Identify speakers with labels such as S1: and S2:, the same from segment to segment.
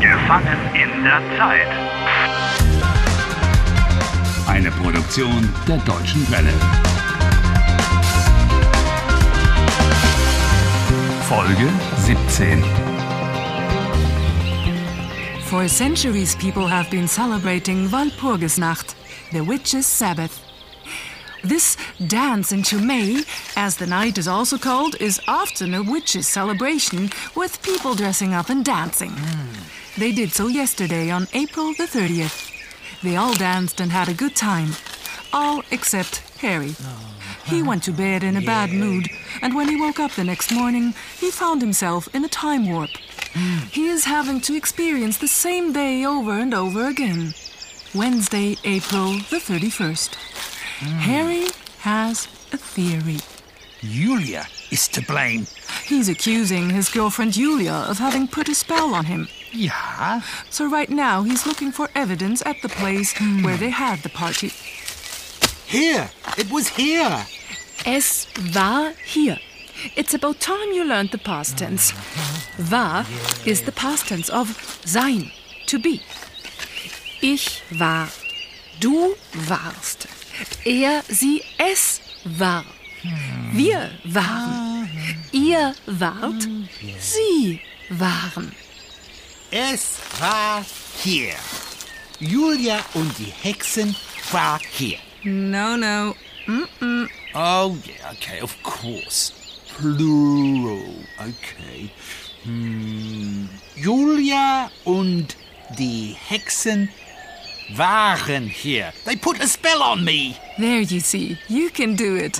S1: Gefangen in der Zeit.
S2: Eine Produktion der Deutschen Welle. Folge 17.
S3: For centuries, people have been celebrating Walpurgisnacht, the witches' Sabbath. This dance into May, as the night is also called, is often a witches' celebration with people dressing up and dancing. They did so yesterday on April the 30th. They all danced and had a good time. All except Harry. He went to bed in a bad mood, and when he woke up the next morning, he found himself in a time warp. He is having to experience the same day over and over again. Wednesday, April the 31st. Harry has a theory.
S4: Julia is to blame.
S3: He's accusing his girlfriend Julia of having put a spell on him.
S4: Ja,
S3: So right now he's looking for evidence at the place where they had the party.
S4: here. It was here.
S5: Es war hier. It's about time you learned the past tense. War is the past tense of sein, to be. Ich war. Du warst. Er, sie, es war. Wir waren. Ihr wart. Sie waren.
S4: Es war hier. Julia und die Hexen war hier.
S3: No, no.
S4: Oh, yeah, okay, of course. Plural, okay. Hmm. Julia und die Hexen waren here. They put a spell on me.
S3: There you see. You can do it.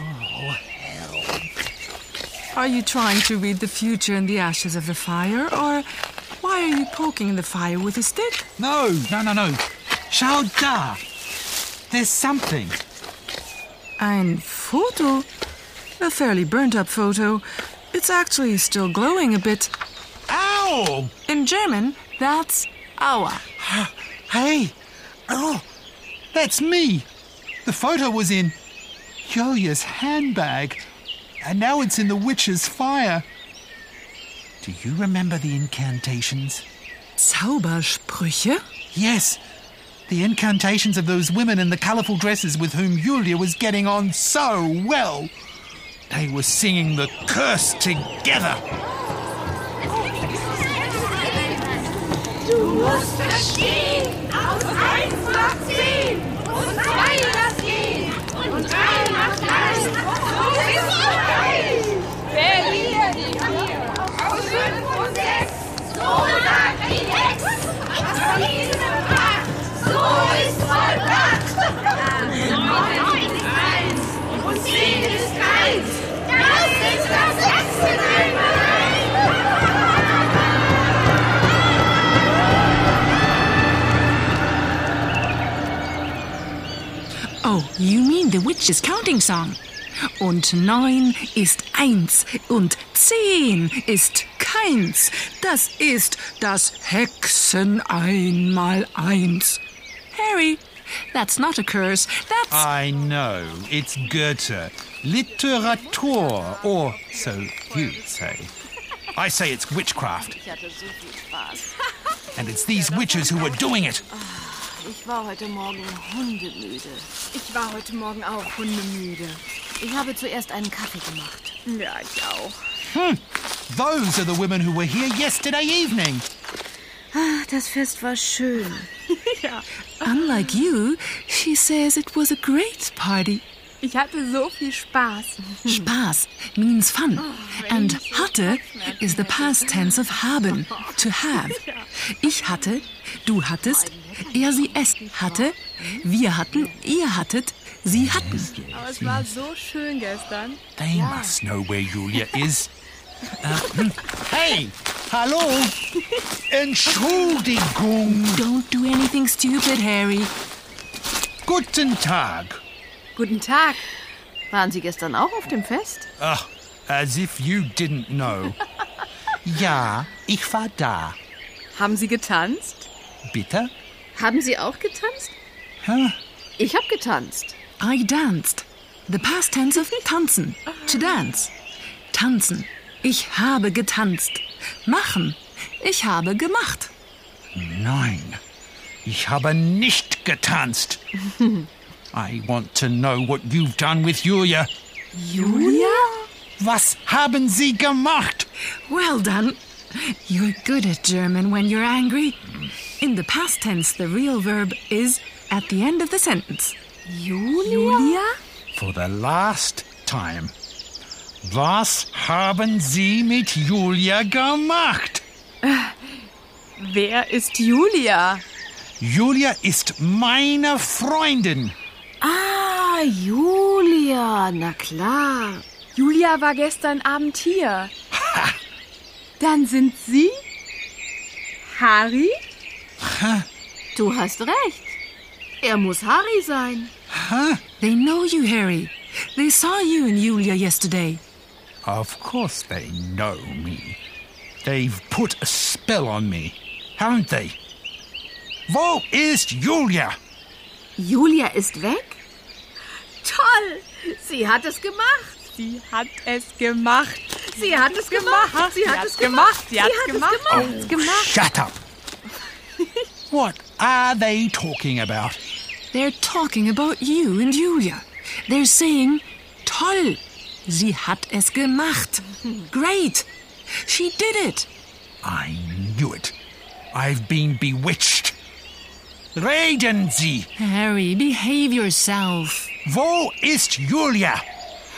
S3: Are you trying to read the future in the ashes of the fire, or why are you poking in the fire with a stick?
S4: No, no, no, no. Schau da. There's something.
S3: Ein photo? A fairly burnt up photo. It's actually still glowing a bit.
S4: Ow!
S3: In German, that's Aua.
S4: Hey! Oh! That's me! The photo was in Julia's handbag, and now it's in the witch's fire. Do you remember the incantations?
S3: Zaubersprüche?
S4: Yes, the incantations of those women in the colourful dresses with whom Julia was getting on so well. They were singing the curse together.
S6: Du musst verstehen, aus eins macht zehn und zwei macht gehen und drei macht eins. So ist es Verlier die vier aus fünf und sechs, so lag die Hex. Aus diesem Acht, so ist vollbracht. Neun ist eins und zehn ist eins. Das ist das Hexenheim.
S3: Oh, you mean the witch's counting song. Und neun ist eins und zehn ist keins. Das ist das Hexen einmal eins. Harry, that's not a curse. That's
S4: I know, it's Goethe. Literatur, or so you say. I say it's witchcraft.
S7: Ich hatte so viel Spaß.
S4: And it's these witches who are doing it.
S7: Ich war heute Morgen hundemüde. Ich war heute Morgen auch hundemüde. Ich habe zuerst einen Kaffee gemacht. Ja, ich auch.
S4: Those are the women who were here yesterday evening.
S7: Das Fest war schön.
S3: unlike you. She says it was a great party.
S8: Ich hatte so viel Spaß.
S3: Spaß means fun, and hatte is the past tense of haben, to have. Ich hatte, du hattest, er sie es hatte, wir hatten, ihr hattet, sie hatten.
S8: Aber es war so schön gestern.
S4: They must know where Julia is. Uh, hey! Hallo! Entschuldigung!
S3: Don't do anything stupid, Harry.
S4: Guten Tag!
S5: Guten Tag.
S7: Waren Sie gestern auch auf dem Fest?
S4: Ugh, as if you didn't know. ja, ich war da.
S5: Haben Sie getanzt?
S4: Bitte?
S7: Haben Sie auch getanzt?
S4: Huh?
S7: Ich habe getanzt.
S3: I danced. The past tense of tanzen, to dance. Tanzen. Ich habe getanzt. Machen. Ich habe gemacht.
S4: Nein, ich habe nicht getanzt. I want to know what you've done with Julia.
S3: Julia?
S4: Was haben Sie gemacht?
S3: Well done. You're good at German when you're angry. In the past tense, the real verb is at the end of the sentence. Julia?
S4: For the last time. Was haben Sie mit Julia gemacht?
S8: Wer ist Julia?
S4: Julia ist meine Freundin.
S7: Ah, Julia, na klar.
S8: Julia war gestern Abend hier. Dann sind Sie Harry?
S7: Du hast recht. Er muss Harry sein.
S3: They know you, Harry. They saw you and Julia yesterday.
S4: Of course they know me. They've put a spell on me, haven't they? Wo ist Julia?
S7: Julia ist weg?
S8: Toll!
S7: Sie hat es gemacht.
S8: Sie hat es gemacht.
S7: Sie hat es gemacht. Sie hat es gemacht.
S8: Sie hat es gemacht.
S4: Oh, shut up. what are they talking about?
S3: They're talking about you and Julia. They're saying, toll, sie hat es gemacht. Great, she did it.
S4: I knew it. I've been bewitched. Reden Sie.
S3: Harry, behave yourself.
S4: Wo ist Julia?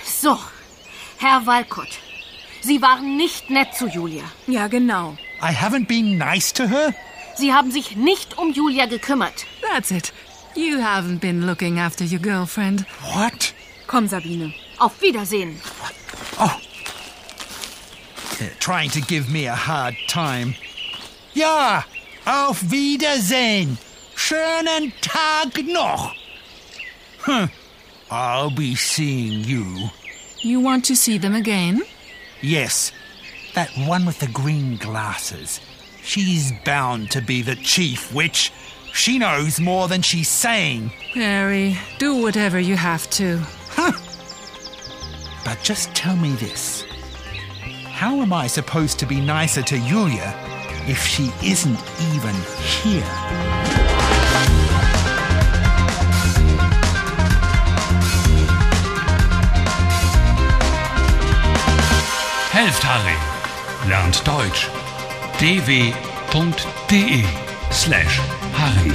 S7: So, Herr Walcott, Sie waren nicht nett zu Julia.
S8: Ja, genau.
S4: I haven't been nice to her.
S7: Sie haben sich nicht um Julia gekümmert.
S3: That's it. You haven't been looking after your girlfriend.
S4: What?
S8: Komm, Sabine.
S7: Auf Wiedersehen.
S4: Oh. They're trying to give me a hard time. Ja, auf Wiedersehen. Schönen Tag noch. Huh. I'll be seeing you.
S3: You want to see them again?
S4: Yes, that one with the green glasses. She's bound to be the chief witch. She knows more than she's saying.
S3: Harry, do whatever you have to.
S4: But just tell me this. How am I supposed to be nicer to Yulia if she isn't even here?
S2: Helft Harry. Lernt Deutsch. dw.de slash Harry.